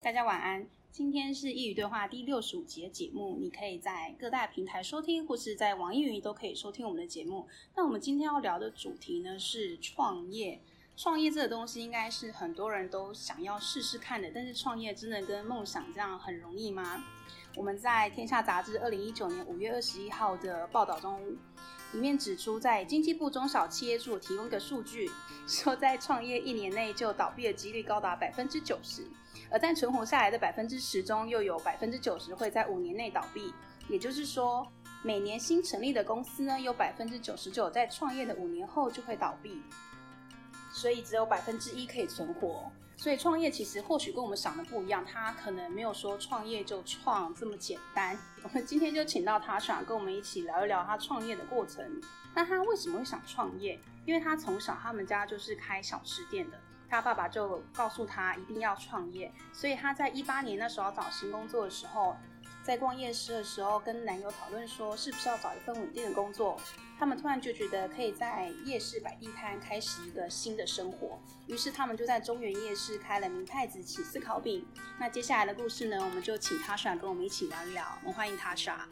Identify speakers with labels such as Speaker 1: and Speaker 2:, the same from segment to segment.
Speaker 1: 大家晚安。今天是《一语对话》第六十五集的节目，你可以在各大平台收听，或是在网易云都可以收听我们的节目。那我们今天要聊的主题呢是创业。创业这个东西应该是很多人都想要试试看的，但是创业真的跟梦想这样很容易吗？我们在《天下》杂志二零一九年五月二十一号的报道中，里面指出，在经济部中小企业处提供一个数据，说在创业一年内就倒闭的几率高达百分之九十，而在存活下来的百分之十中，又有百分之九十会在五年内倒闭。也就是说，每年新成立的公司呢，有百分之九十九在创业的五年后就会倒闭。所以只有百分之一可以存活。所以创业其实或许跟我们想的不一样，他可能没有说创业就创这么简单。我们今天就请到他想跟我们一起聊一聊他创业的过程。那他为什么会想创业？因为他从小他们家就是开小吃店的，他爸爸就告诉他一定要创业。所以他在一八年那时候找新工作的时候，在逛夜市的时候跟男友讨论说，是不是要找一份稳定的工作。他们突然就觉得可以在夜市摆地摊，开始一个新的生活。于是他们就在中原夜市开了明太子起司烤饼。那接下来的故事呢，我们就请塔莎跟我们一起聊一聊。我们欢迎塔莎。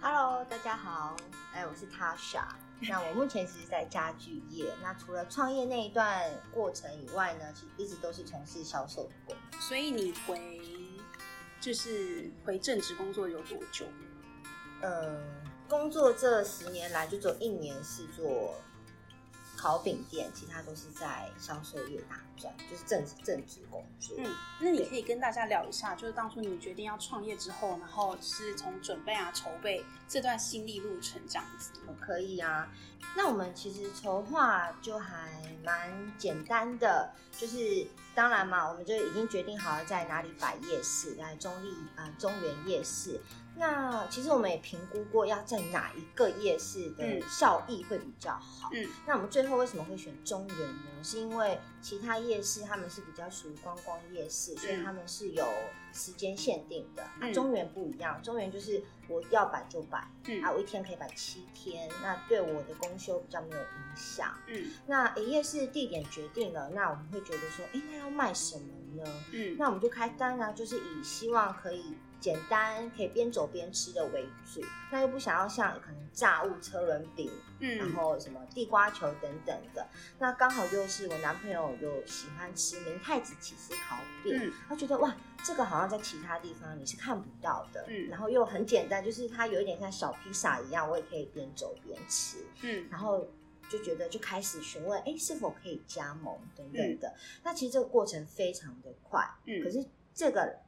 Speaker 2: Hello，大家好，哎，我是 Tasha。那我目前其实在家具业， 那除了创业那一段过程以外呢，其实一直都是从事销售的工作。
Speaker 1: 所以你回就是回正职工作有多久？
Speaker 2: 嗯，工作这十年来就只有一年是做烤饼店，其他都是在销售业打转，就是正正职工作。
Speaker 1: 嗯，那你可以跟大家聊一下，就是当初你决定要创业之后，然后是从准备啊、筹备这段心力路程这样子。
Speaker 2: 我可以啊。那我们其实筹划就还蛮简单的，就是当然嘛，我们就已经决定好了在哪里摆夜市，在中立啊、呃、中原夜市。那其实我们也评估过要在哪一个夜市的
Speaker 1: 嗯
Speaker 2: 效益会比较好。
Speaker 1: 嗯
Speaker 2: 那我们最后为什么会选中原呢？是因为其他夜市他们是比较属于观光夜市，所以他们是有时间限定的。那、
Speaker 1: 嗯
Speaker 2: 中原不一样，中原就是我要摆就摆，
Speaker 1: 嗯
Speaker 2: 啊，我一天可以摆七天，那对我的公休比较没有影响。
Speaker 1: 嗯
Speaker 2: 那诶夜市地点决定了，那我们会觉得说，哎，那要卖什么呢？
Speaker 1: 嗯
Speaker 2: 那我们就开单啊，就是以希望可以简单，可以边走边吃的为主，那又不想要像可能炸物车轮饼然
Speaker 1: 嗯
Speaker 2: 后什么地瓜球等等的。那刚好又是我男朋友有喜欢吃明太子起司烤饼，
Speaker 1: 嗯
Speaker 2: 他觉得哇，这个好像在其他地方你是看不到的，
Speaker 1: 嗯
Speaker 2: 然后又很简单，就是它有一点像小披萨一样，我也可以边走边吃，
Speaker 1: 嗯
Speaker 2: 然后。就觉得就开始询问，哎，是否可以加盟等等的。那其实这个过程非常的快，
Speaker 1: 嗯，
Speaker 2: 可是这个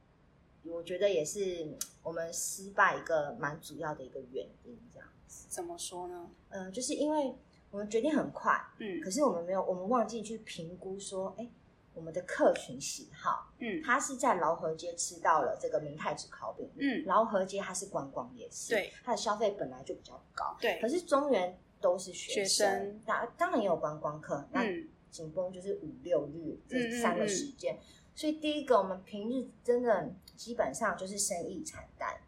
Speaker 2: 我觉得也是嗯我们失败一个蛮主要的一个原因，这样。
Speaker 1: 怎么说呢？
Speaker 2: 呃，就是因为我们决定很快，
Speaker 1: 嗯
Speaker 2: 可是我们没有，我们忘记去评估说，哎、我们的客群喜好，
Speaker 1: 嗯
Speaker 2: 他是在劳合街吃到了这个明太子烤饼，
Speaker 1: 嗯
Speaker 2: 劳合街它是观光夜市，
Speaker 1: 对，
Speaker 2: 它的消费本来就比较高，
Speaker 1: 对
Speaker 2: 可，是中原都是学
Speaker 1: 学生
Speaker 2: 那当然也有观光客，那
Speaker 1: 嗯
Speaker 2: 紧绷就是五六日
Speaker 1: 嗯嗯
Speaker 2: 这三个
Speaker 1: 嗯
Speaker 2: 时间，所以第一个我们平日真的基本上就是生意惨淡，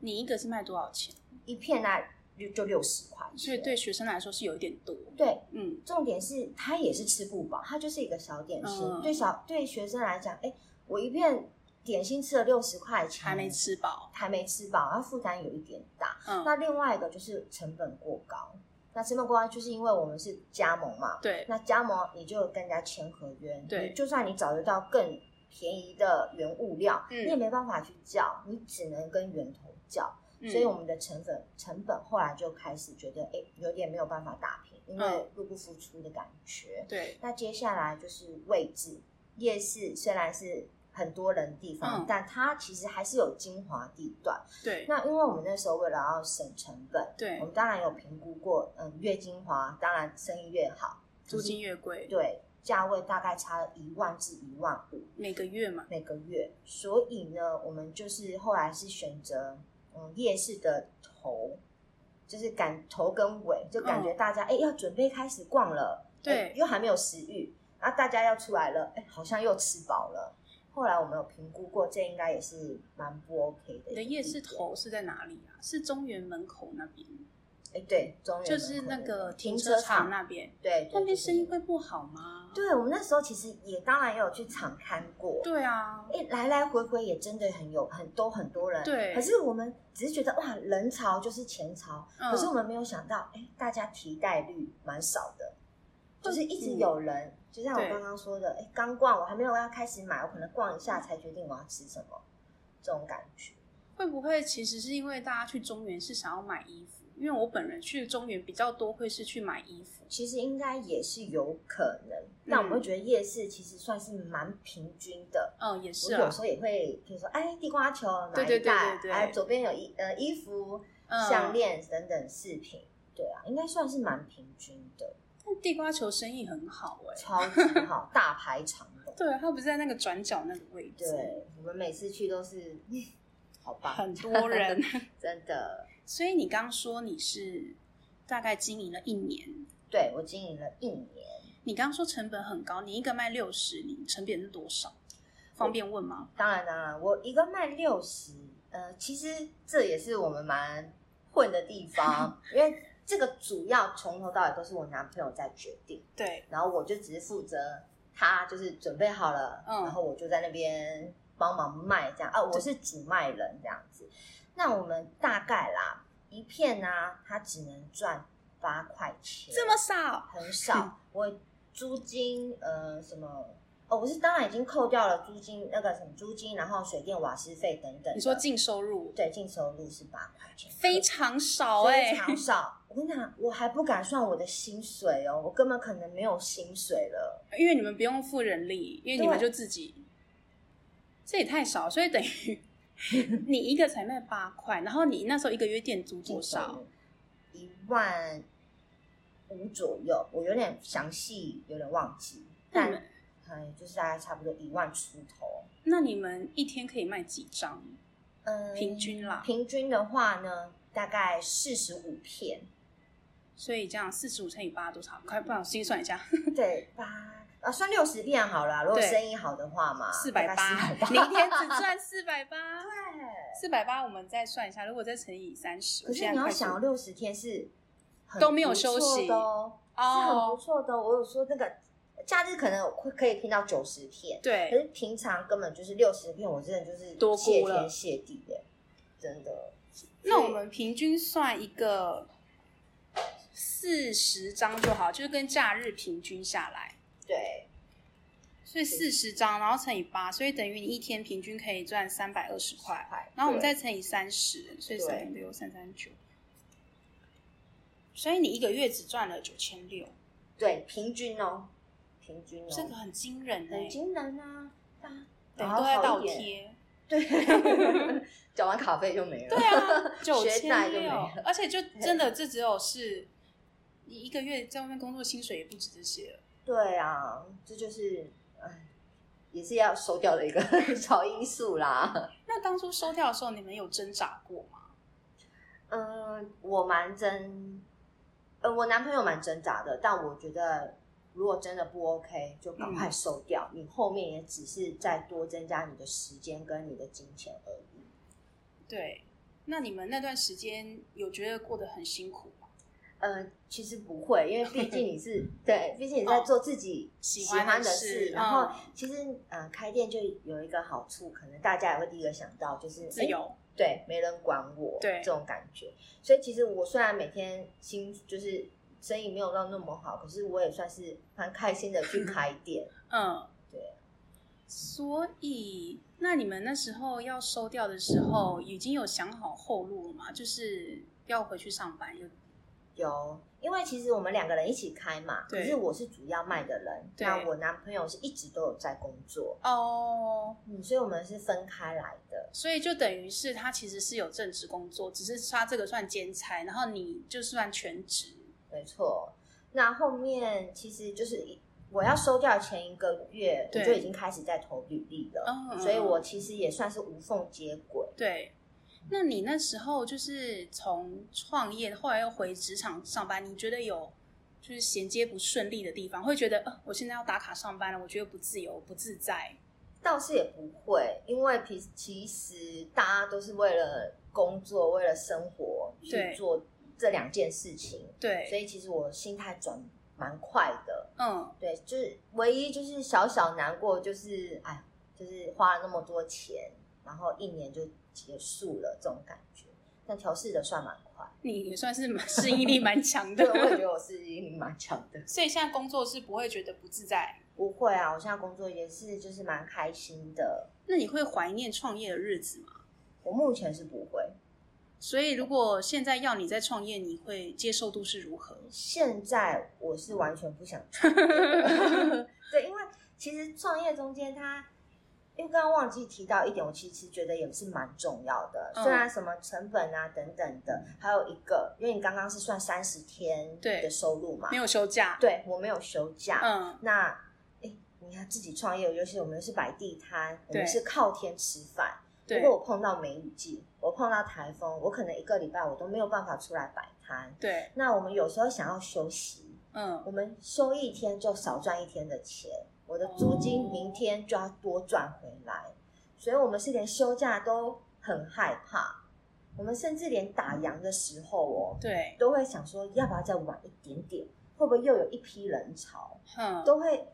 Speaker 1: 你一个是卖多少钱？
Speaker 2: 一片呢就就六十块钱，
Speaker 1: 所以对学生来说是有一点多。
Speaker 2: 对，
Speaker 1: 嗯
Speaker 2: 重点是它也是吃不饱，它就是一个小点心。
Speaker 1: 嗯
Speaker 2: 对小对学生来讲，哎，我一片点心吃了六十块钱，
Speaker 1: 还没吃饱。
Speaker 2: 还没吃饱，它负担有一点大。
Speaker 1: 嗯，
Speaker 2: 那另外一个就是成本过高，那成本过高就是因为我们是加盟嘛，
Speaker 1: 对，
Speaker 2: 那加盟你就跟人家签合约，
Speaker 1: 对
Speaker 2: 你就算你找得到更便宜的原物料，
Speaker 1: 嗯
Speaker 2: 你也没办法去叫，你只能跟源头叫。
Speaker 1: 嗯
Speaker 2: 所以我们的成本成本后来就开始觉得，哎、有点没有办法打平，因
Speaker 1: 嗯
Speaker 2: 为入不敷出的感觉。
Speaker 1: 对，
Speaker 2: 那接下来就是位置，夜市虽然是很多人的地方，
Speaker 1: 嗯
Speaker 2: 但它其实还是有精华地段。
Speaker 1: 对，
Speaker 2: 那因为我们那时候为了要省成本，
Speaker 1: 对
Speaker 2: 我们当然有评估过，嗯，越精华当然生意越好，
Speaker 1: 租金越贵，
Speaker 2: 对，价位大概差了一万至一万五
Speaker 1: 每个月嘛。
Speaker 2: 每个月，所以呢，我们就是后来是选择嗯夜市的头，就是感头跟尾，就
Speaker 1: 嗯
Speaker 2: 感觉大家哎、诶要准备开始逛了，
Speaker 1: 对
Speaker 2: 诶哎又还没有食欲，然后大家要出来了，哎、好像又吃饱了。后来我们有评估过，这应该也是蛮不 OK 的。
Speaker 1: 你的夜市，头是在哪里啊？是中原门口那边。
Speaker 2: 哎，对，中原
Speaker 1: 就是
Speaker 2: 门口
Speaker 1: 那个
Speaker 2: 停
Speaker 1: 车
Speaker 2: 车
Speaker 1: 场那边，
Speaker 2: 对，对
Speaker 1: 那
Speaker 2: 对
Speaker 1: 边生意
Speaker 2: 对
Speaker 1: 会不好吗？
Speaker 2: 对我们那时候其实也当然也有去场看过，
Speaker 1: 对啊，
Speaker 2: 哎，来来回回也真的很有很多很多人，
Speaker 1: 对
Speaker 2: 可是我们只是觉得哇，人潮就是钱潮，
Speaker 1: 嗯
Speaker 2: 可是我们没有想到，哎，大家提贷率蛮少的，就是一直有人，就像我
Speaker 1: 对
Speaker 2: 刚刚说的，哎，刚逛我还没有要开始买，我可能逛一下才决定我要吃什么，这种感觉。
Speaker 1: 会不会其实是因为大家去中原是想要买衣服？因为我本人去中原比较多会是去买衣服，
Speaker 2: 其实应该也是有可能，
Speaker 1: 嗯
Speaker 2: 但我会觉得夜市其实算是蛮平均的。
Speaker 1: 嗯，也
Speaker 2: 我
Speaker 1: 是啊
Speaker 2: 有时，候也会，比如说，哎，地瓜球买
Speaker 1: 对
Speaker 2: 一
Speaker 1: 对对
Speaker 2: 袋
Speaker 1: 对，对
Speaker 2: 哎，左边有衣呃衣服、
Speaker 1: 嗯
Speaker 2: 项链等等饰品，对啊，应该算是蛮平均 的，
Speaker 1: 但地瓜球生意很好哎、
Speaker 2: 超级好，大排长龙。
Speaker 1: 对，啊它不是在那个转角那个位置，
Speaker 2: 对，我们每次去都是， 嗯好棒，
Speaker 1: 很多人。
Speaker 2: 真的。
Speaker 1: 所以你刚说你是大概经营了一年，
Speaker 2: 对我经营了一年，
Speaker 1: 你刚说成本很高，你一个卖六十，你成本是多少？方便问吗？
Speaker 2: 当然当然，我一个卖六十，呃，其实这也是我们蛮混的地 方，因为这个主要从头到尾都是我男朋友在决定，
Speaker 1: 对，
Speaker 2: 然后我就只是负责他就是准备好了，
Speaker 1: 嗯
Speaker 2: 然后我就在那边帮忙卖这样，啊，我是主卖人这样子。那我们大概啦，一片啊，他只能赚八块钱，
Speaker 1: 这么少，
Speaker 2: 很
Speaker 1: 嗯
Speaker 2: 少。我租金呃什么哦，我是当然已经扣掉了租金那个什么租金，然后水电瓦斯费等等的。
Speaker 1: 你说净收入
Speaker 2: 对净收入是八块钱，
Speaker 1: 非常少哎、
Speaker 2: 非常少。我跟你讲，我还不敢算我的薪水哦，我根本可能没有薪水了。
Speaker 1: 因为你们不用付人力，因为你们
Speaker 2: 对
Speaker 1: 就自己，这也太少，所以等 于你一个才卖八块，然后你那时候一个月店租多少？？
Speaker 2: 一万五左右，我有点详细有点忘记，
Speaker 1: 那
Speaker 2: 但
Speaker 1: 你们
Speaker 2: 嗯，就是大概差不多一万出头。
Speaker 1: 那你们一天可以卖几张？
Speaker 2: 嗯，
Speaker 1: 平均啦
Speaker 2: 平均的话呢，大概四十五 片，
Speaker 1: 所以这样四十五乘以八多少？快帮我心算一下，
Speaker 2: 对吧？啊，算六十片好了，如果
Speaker 1: 对
Speaker 2: 生意好的话嘛，
Speaker 1: 四百八，
Speaker 2: 480
Speaker 1: 你一天只赚四百八，
Speaker 2: 对。
Speaker 1: 四百八我们再算一下，如果再乘以三十，
Speaker 2: 可
Speaker 1: 我
Speaker 2: 是
Speaker 1: 现
Speaker 2: 你
Speaker 1: 在
Speaker 2: 要
Speaker 1: 快速
Speaker 2: 想，六十天是很
Speaker 1: 都没有
Speaker 2: 不
Speaker 1: 休
Speaker 2: 错
Speaker 1: 息
Speaker 2: 的哦，是很不
Speaker 1: 哦，
Speaker 2: 错的哦。我有说那个假日可能会可以拼到九十片，可
Speaker 1: 对，
Speaker 2: 是平常根本就是六十片，我真的就是
Speaker 1: 多估
Speaker 2: 谢
Speaker 1: 了
Speaker 2: 天谢地的，真的。
Speaker 1: 那我们平均算一个四十张就好，就是跟假日平均下来。
Speaker 2: 对，
Speaker 1: 所以四十张，然后乘以八，所以等于你一天平均可以赚三百二十块，
Speaker 2: 快
Speaker 1: 然后我们
Speaker 2: 对
Speaker 1: 再乘以三十，所以
Speaker 2: 对
Speaker 1: 三六三三九，所以你一个月只赚了九千六，
Speaker 2: 对平均哦，平均哦，
Speaker 1: 这个很惊人呢、
Speaker 2: 很
Speaker 1: 欸，
Speaker 2: 惊人啊！大家
Speaker 1: 等于
Speaker 2: 然后
Speaker 1: 都在
Speaker 2: 好
Speaker 1: 倒
Speaker 2: 一点，
Speaker 1: 贴。
Speaker 2: 对， 缴完卡费就没了。
Speaker 1: 对啊，九
Speaker 2: 学贷
Speaker 1: 千
Speaker 2: 就没
Speaker 1: 六
Speaker 2: 了，
Speaker 1: 而且就真的这只有是你一个月在外面工作，薪水也不止这些了。
Speaker 2: 对啊，这就是哎，也是要收掉的一个 小因素啦。
Speaker 1: 那当初收掉的时候，你们有挣扎过吗？
Speaker 2: 嗯，我蛮挣，呃，我男朋友蛮挣扎的，但我觉得如果真的不 OK，就赶
Speaker 1: 嗯
Speaker 2: 快收掉，你后面也只是再多增加你的时间跟你的金钱而已。
Speaker 1: 对，那你们那段时间有觉得过得很辛苦吗？
Speaker 2: 呃，其实不会，因为毕竟 你是对，毕竟你在做自己
Speaker 1: 哦喜
Speaker 2: 喜
Speaker 1: 欢的
Speaker 2: 欢的
Speaker 1: 事
Speaker 2: 事。然后
Speaker 1: 嗯，
Speaker 2: 其实呃，开店就有一个好处，可能大家也会第一个想到就是
Speaker 1: 自，
Speaker 2: 诶
Speaker 1: 由，
Speaker 2: 对，没人管我，
Speaker 1: 对
Speaker 2: 这种感觉。所以其实我虽然每天心就是生意没有到那么好，可是我也算是蛮开心的 去开店。
Speaker 1: 嗯，
Speaker 2: 对。
Speaker 1: 所以，那你们那时候要收掉的时候，已经有想好后路了吗？就是要回去上班，有
Speaker 2: 有，因为其实我们两个人一起开嘛，可
Speaker 1: 对
Speaker 2: 是我是主要卖的人，
Speaker 1: 对
Speaker 2: 那我男朋友是一直都有在工作，
Speaker 1: 哦。
Speaker 2: 嗯，所以我们是分开来的。
Speaker 1: 所以就等于是他其实是有正职工作，只是他这个算兼差，然后你就算全职。
Speaker 2: 没错。那后面其实就是我要收掉前一个月，我
Speaker 1: 对
Speaker 2: 就已经开始在投履历了，
Speaker 1: 嗯嗯
Speaker 2: 所以我其实也算是无缝接轨。
Speaker 1: 对，那你那时候就是从创业，后来又回职场上班，你觉得有就是衔接不顺利的地方，会觉得呃，我现在要打卡上班了，我觉得不自由、不自在。
Speaker 2: 倒是也不会，因为其其实大家都是为了工作、为了生活去
Speaker 1: 对
Speaker 2: 做这两件事情，所
Speaker 1: 对，
Speaker 2: 以其实我心态转蛮快的。
Speaker 1: 嗯，
Speaker 2: 对，就是唯一就是小小难过，就是哎，就是花了那么多钱，然后一年就结束了这种感觉。但调试的算蛮快，
Speaker 1: 你也算是蛮适应力蛮强
Speaker 2: 对，我也觉
Speaker 1: 的，
Speaker 2: 得我是蛮强的。
Speaker 1: 所以现在工作是不会觉得不自在。
Speaker 2: 不会啊，我现在工作也是就是蛮开心的。
Speaker 1: 那你会怀念创业的日子吗？
Speaker 2: 我目前是不会，
Speaker 1: 所以如果现在要你再创业，你会接受度是如何？
Speaker 2: 现在我是完全不想创业的。 对，因为其实创业中间它，因为刚刚忘记提到一点，我其实觉得也是蛮重要的。
Speaker 1: 嗯
Speaker 2: 虽然什么成本啊等等的，还有一个，因为你刚刚是算三十天
Speaker 1: 对
Speaker 2: 的收入嘛，
Speaker 1: 没有休假，
Speaker 2: 对我没有休假。
Speaker 1: 嗯，
Speaker 2: 那哎，你看自己创业，尤其是我们是摆地摊，我
Speaker 1: 对
Speaker 2: 们是靠天吃饭。如
Speaker 1: 对
Speaker 2: 果我碰到梅雨季，我碰到台风，我可能一个礼拜我都没有办法出来摆摊。
Speaker 1: 对，
Speaker 2: 那我们有时候想要休息，
Speaker 1: 嗯，
Speaker 2: 我们休一天就少赚一天的钱，我的租金
Speaker 1: 哦
Speaker 2: 明天就要多赚回来，所以我们是连休假都很害怕，我们甚至连打烊的时候哦，
Speaker 1: 对，
Speaker 2: 都会想说要不要再晚一点点，会不会又有一批人潮，
Speaker 1: 嗯，
Speaker 2: 都会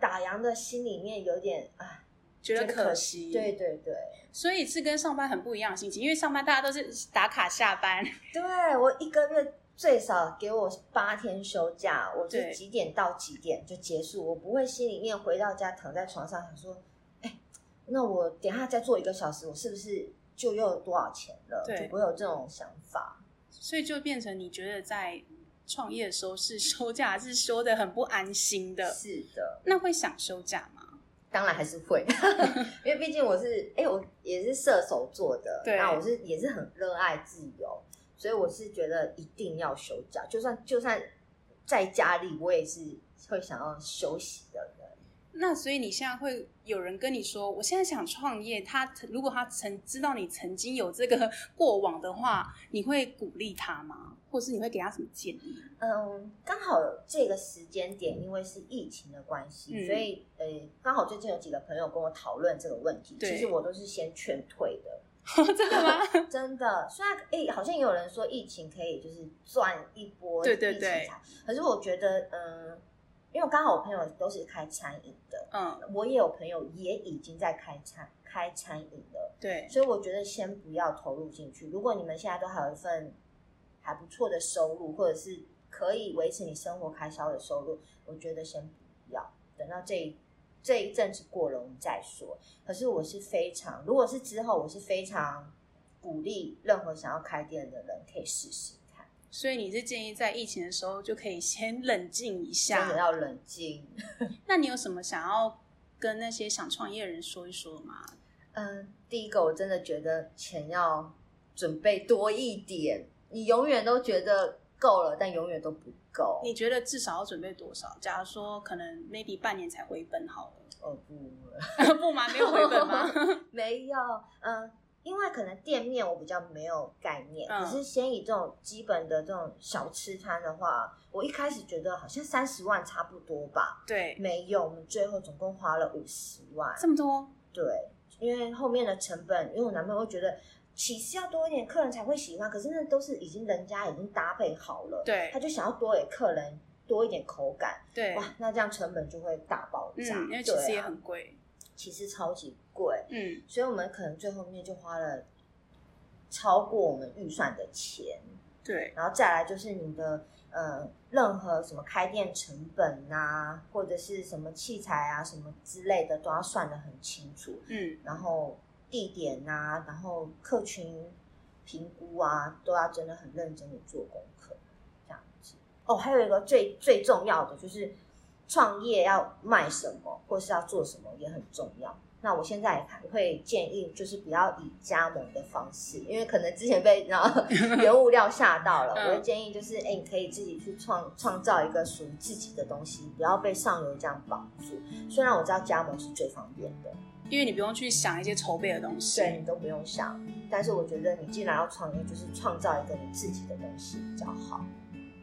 Speaker 2: 打烊的心里面有点啊，
Speaker 1: 觉得
Speaker 2: 觉得
Speaker 1: 可
Speaker 2: 可
Speaker 1: 惜，
Speaker 2: 对，对对。
Speaker 1: 所以是跟上班很不一样的心情，因为上班大家都是打卡下班，
Speaker 2: 对我一个月最少给我八天休假，我就
Speaker 1: 对
Speaker 2: 几点到几点就结束，我不会心里面回到家躺在床上想说，哎，那我等一下再做一个小时，我是不是就又有多少钱了？
Speaker 1: 对
Speaker 2: 就不会有这种想法。
Speaker 1: 所以就变成你觉得在创业的时候是休假是休的很不安心的，
Speaker 2: 是的，
Speaker 1: 那会想休假吗？
Speaker 2: 当然还是 会，因为毕竟我是哎，我也是射手座的，
Speaker 1: 对
Speaker 2: 那我是也是很热爱自由，所以我是觉得一定要休假，就算就算在家里，我也是会想要休息的人。
Speaker 1: 那所以你现在会有人跟你说，我现在想创业，他如果他曾知道你曾经有这个 过往的话，你会鼓励他吗？或是你会给他什么建议？
Speaker 2: 嗯，刚好这个时间点，因为是疫情的关系，
Speaker 1: 嗯
Speaker 2: 所以呃，刚好最近有几个朋友跟我讨论这个问题，
Speaker 1: 对
Speaker 2: 其实我都是先劝退的，
Speaker 1: 真的吗？
Speaker 2: 真的。虽然诶、好像也有人说疫情可以就是赚一波
Speaker 1: 对对
Speaker 2: 疫情
Speaker 1: 对
Speaker 2: 财，可是我觉得，嗯，因为刚好我朋友都是开餐饮的，
Speaker 1: 嗯，
Speaker 2: 我也有朋友也已经在开餐开餐饮了。
Speaker 1: 对，
Speaker 2: 所以我觉得先不要投入进去。如果你们现在都还有一份还不错的收入，或者是可以维持你生活开销的收入，我觉得先不要，等到这一这一阵子过了，我们再说。可是我是非常，如果是之后，我是非常鼓励任何想要开店的人可以试试看，
Speaker 1: 所以你是建议在疫情的时候就可以先冷静一
Speaker 2: 真的
Speaker 1: 下。
Speaker 2: 要冷静。
Speaker 1: 那你有什么想要跟那些想创业的人说一说吗？
Speaker 2: 嗯，第一个我真的觉得钱要准备多一点，你永远都觉得够了，但永远都不够。
Speaker 1: 你觉得至少要准备多少？假如说可能 maybe 半年才回本好了，
Speaker 2: 哦不，
Speaker 1: 不吗？没有回本吗？
Speaker 2: 没有，嗯，因为可能店面我比较没有概念，
Speaker 1: 嗯
Speaker 2: 可是先以这种基本的这种小吃摊的话，我一开始觉得好像三十万差不多吧，
Speaker 1: 对，
Speaker 2: 没有，我们最后总共花了五十万，
Speaker 1: 这么多，
Speaker 2: 对，因为后面的成本，因为我男朋友会觉得。起司要多一点，客人才会喜欢。可是那都是已经人家已经搭配好了，
Speaker 1: 对
Speaker 2: 他就想要多给客人多一点口感，
Speaker 1: 对，
Speaker 2: 哇，那这样成本就会大爆
Speaker 1: 嗯
Speaker 2: 炸。，
Speaker 1: 因为其
Speaker 2: 对
Speaker 1: 实也
Speaker 2: 啊
Speaker 1: 很贵，
Speaker 2: 其实超级贵，
Speaker 1: 嗯，
Speaker 2: 所以我们可能最后面就花了超过我们预算的钱，
Speaker 1: 对，
Speaker 2: 然后再来就是你的呃任何什么开店成本啊，或者是什么器材啊什么之类的都要算得很清楚，
Speaker 1: 嗯，
Speaker 2: 然后地点啊，然后客群评估啊，都要真的很认真的做功课，这样子。哦，还有一个最最重要的就是创业要卖什么，或是要做什么也很重要。那我现在也看会建议，就是不要以加盟的方式，因为可能之前被然后原物料吓到了。
Speaker 1: 嗯
Speaker 2: 我会建议就是，哎、你可以自己去创创造一个属于自己的东西，不要被上游这样绑住。虽然我知道加盟是最方便的，
Speaker 1: 因为你不用去想一些筹备的东西，
Speaker 2: 对你都不用想。但是我觉得你既然要创业，就是创造一个你自己的东西比较好。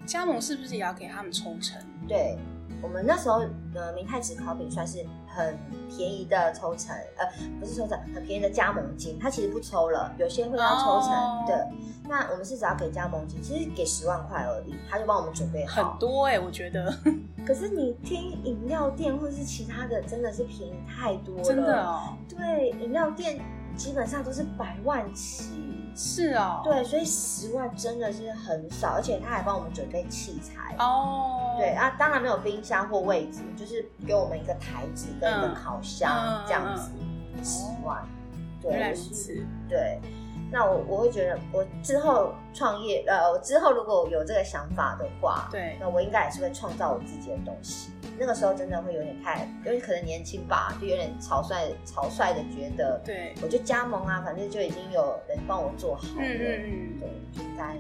Speaker 1: 加盟是不是也要给他们抽成？
Speaker 2: 对，我们那时候呃明太子烤饼算是很便宜的抽成，呃不是抽成，很便宜的加盟金，它其实不抽了，有些会要抽成
Speaker 1: 哦
Speaker 2: 对。那我们是只要给加盟金，其实给十万块而已，他就帮我们准备
Speaker 1: 很
Speaker 2: 好。
Speaker 1: 多哎、我觉得
Speaker 2: 可是你听饮料店或者是其他的，真的是便宜太多了。
Speaker 1: 真的哦，
Speaker 2: 对，饮料店基本上都是百万起。
Speaker 1: 是哦，
Speaker 2: 对，所以十万真的是很少，而且他还帮我们准备器材。
Speaker 1: 哦，
Speaker 2: 对啊，当然没有冰箱或位置，就是给我们一个台子跟一个
Speaker 1: 嗯
Speaker 2: 烤箱、
Speaker 1: 嗯嗯哦
Speaker 2: 这样子，十万。对，
Speaker 1: 原来
Speaker 2: 我
Speaker 1: 如
Speaker 2: 是
Speaker 1: 此，
Speaker 2: 对，那我我会觉得，我之后创业，呃，我之后如果有这个想法的话，
Speaker 1: 对
Speaker 2: 那我应该也是会创造我自己的东西。那个时候真的会有点太，因为可能年轻吧，就有点草率草率的觉得，
Speaker 1: 对，
Speaker 2: 我就加盟啊，反正就已经有人帮我做好了，
Speaker 1: 嗯嗯嗯，
Speaker 2: 对，就应该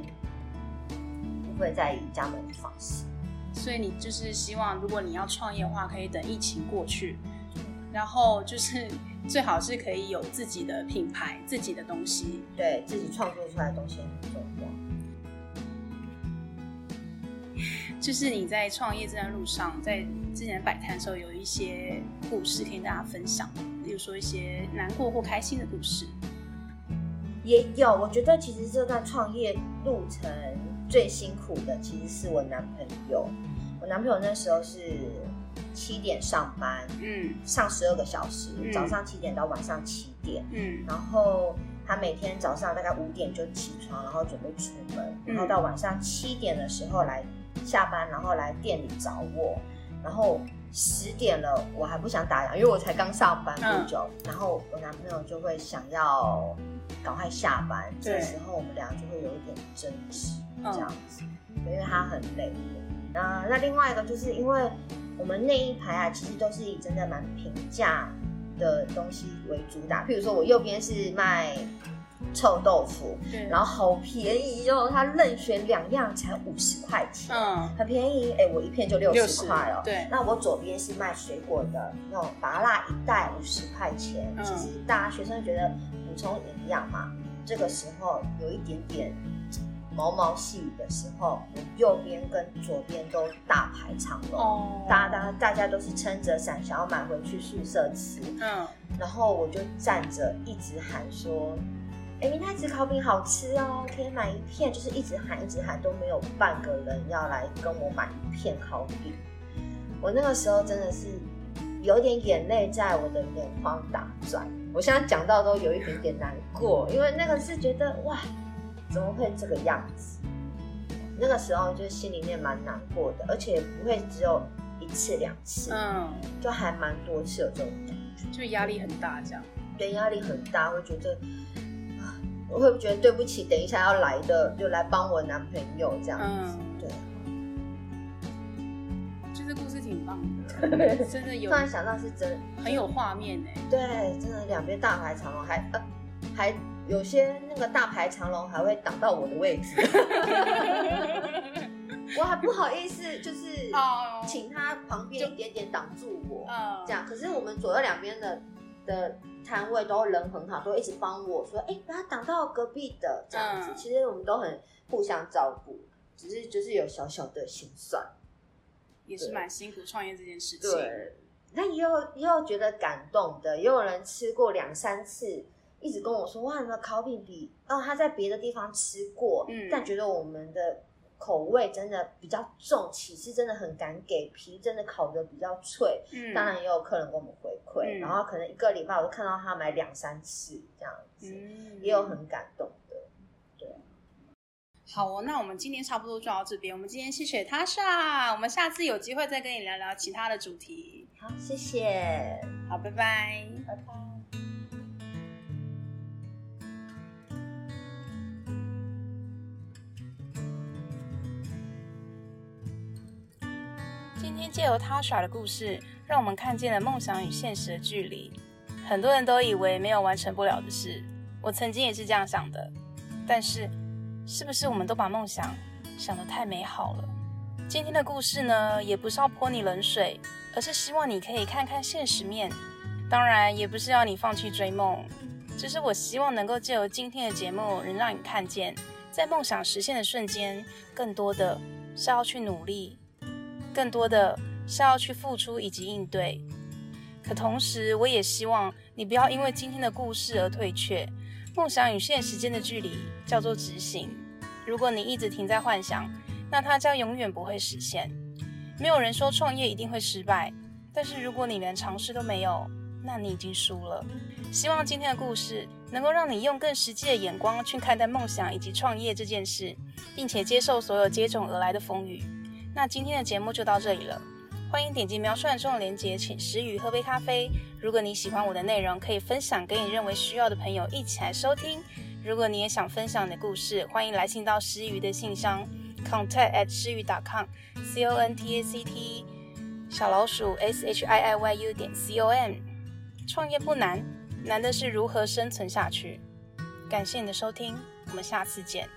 Speaker 2: 不会再以加盟的方式。
Speaker 1: 所以你就是希望，如果你要创业的话，可以等疫情过去，然后就是最好是可以有自己的品牌、自己的东西。
Speaker 2: 对自己创作出来的东西很重要。
Speaker 1: 就是你在创业这段路上，在之前摆摊的时候，有一些故事可以跟大家分享，比如说一些难过或开心的故事。
Speaker 2: 也有，我觉得其实这段创业路程最辛苦的其实是我男朋友。我男朋友那时候是七点上班，
Speaker 1: 嗯
Speaker 2: 上十二个小时，
Speaker 1: 嗯
Speaker 2: 早上七点到晚上七点，
Speaker 1: 嗯
Speaker 2: 然后。他每天早上大概五点就起床，然后准备出门，
Speaker 1: 嗯
Speaker 2: 然后到晚上七点的时候来下班，然后来店里找我，然后十点了我还不想打烊，因为我才刚上班
Speaker 1: 嗯
Speaker 2: 不久，然后我男朋友就会想要赶快下班，
Speaker 1: 对
Speaker 2: 这时候我们俩就会有一点争执，
Speaker 1: 嗯
Speaker 2: 这样子，因为他很累。那那另外一个就是因为我们那一排啊，其实都是以真的蛮平价的东西为主打，譬如说我右边是卖臭豆腐，
Speaker 1: 对，
Speaker 2: 然后好便宜哦，他任选两样才五十块钱，
Speaker 1: 嗯，
Speaker 2: 很便宜，哎、我一片就六十块哦。
Speaker 1: 对，
Speaker 2: 那我左边是卖水果的那种拔辣一袋五十块钱，
Speaker 1: 嗯
Speaker 2: 其实大家学生觉得补充营养嘛，这个时候有一点点毛毛细雨的时候，我右边跟左边都大排长龙，
Speaker 1: 哦，
Speaker 2: 大家大家都是撑着伞想要买回去宿舍吃，
Speaker 1: 嗯，
Speaker 2: 然后我就站着一直喊说。哎，明太子烤饼好吃哦，可以买一片。就是一直喊，一直喊，都没有半个人要来跟我买一片烤饼。我那个时候真的是有点眼泪在我的眼眶打转，我现在讲到都有一点点难过，因为那个是觉得哇，怎么会这个样子？那个时候就心里面蛮难过的，而且不会只有一次两次，
Speaker 1: 嗯，
Speaker 2: 就还蛮多次有这种感觉。
Speaker 1: 就压力很大这样。
Speaker 2: 对压力很大，会觉得，啊我会觉得对不起，等一下要来的就来帮我男朋友这样子，
Speaker 1: 嗯，
Speaker 2: 对。
Speaker 1: 就是故事挺棒 的，真的有
Speaker 2: 突然想到是真，
Speaker 1: 很有画面哎、
Speaker 2: 对，真的两边大排长龙，还呃还有些那个大排长龙还会挡到我的位 置， 我还不好意思，就是
Speaker 1: 哦，
Speaker 2: 请他旁边一点点挡住我，
Speaker 1: 呃
Speaker 2: 这样。可是我们左右两边的的摊位都人很好，都一直帮我说，哎、不要挡到隔壁的这样子。
Speaker 1: 嗯
Speaker 2: 其实我们都很互相照顾，只是就是有小小的心酸。
Speaker 1: 也是蛮辛苦创业这件事情。，
Speaker 2: 那也有也有觉得感动的，也有人吃过两三次。一直跟我说哇，你的烤饼比哦，他在别的地方吃过，
Speaker 1: 嗯
Speaker 2: 但觉得我们的口味真的比较重，起司真的很敢给，皮真的烤的比较脆，
Speaker 1: 嗯
Speaker 2: 当然也有客人跟我们回馈，
Speaker 1: 嗯
Speaker 2: 然后可能一个礼拜我都看到他买两三次这样子，
Speaker 1: 嗯
Speaker 2: 也有很感动的。
Speaker 1: 好哦。那我们今天差不多就到这边，我们今天谢谢 Tasha，我们下次有机会再跟你聊聊其他的主题。
Speaker 2: 好，谢谢，
Speaker 1: 好，拜拜。
Speaker 2: 拜拜。
Speaker 1: 今天借由 Tasha 的故事，让我们看见了梦想与现实的距离。很多人都以为没有完成不了的事，我曾经也是这样想的。但是，是不是我们都把梦想想得太美好了？今天的故事呢，也不是要泼你冷水，而是希望你可以看看现实面。当然，也不是要你放弃追梦，只是我希望能够借由今天的节目，能让你看见，在梦想实现的瞬间，更多的是要去努力，更多的是要去付出以及应对。可同时，我也希望你不要因为今天的故事而退却。梦想与现实间的距离叫做执行。如果你一直停在幻想，那它将永远不会实现。没有人说创业一定会失败，但是如果你连尝试都没有，那你已经输了。希望今天的故事能够让你用更实际的眼光去看待梦想以及创业这件事，并且接受所有接踵而来的风雨。那今天的节目就到这里了，欢迎点击描述栏中的链接，请石宇喝杯咖啡。如果你喜欢我的内容，可以分享给你认为需要的朋友一起来收听。如果你也想分享你的故事，欢迎来信到石宇的信箱 contact at 诗宇 .com c o n t a c t 小老鼠 s h i i y u 点 c o m。创业不难，难的是如何生存下去。感谢你的收听，我们下次见。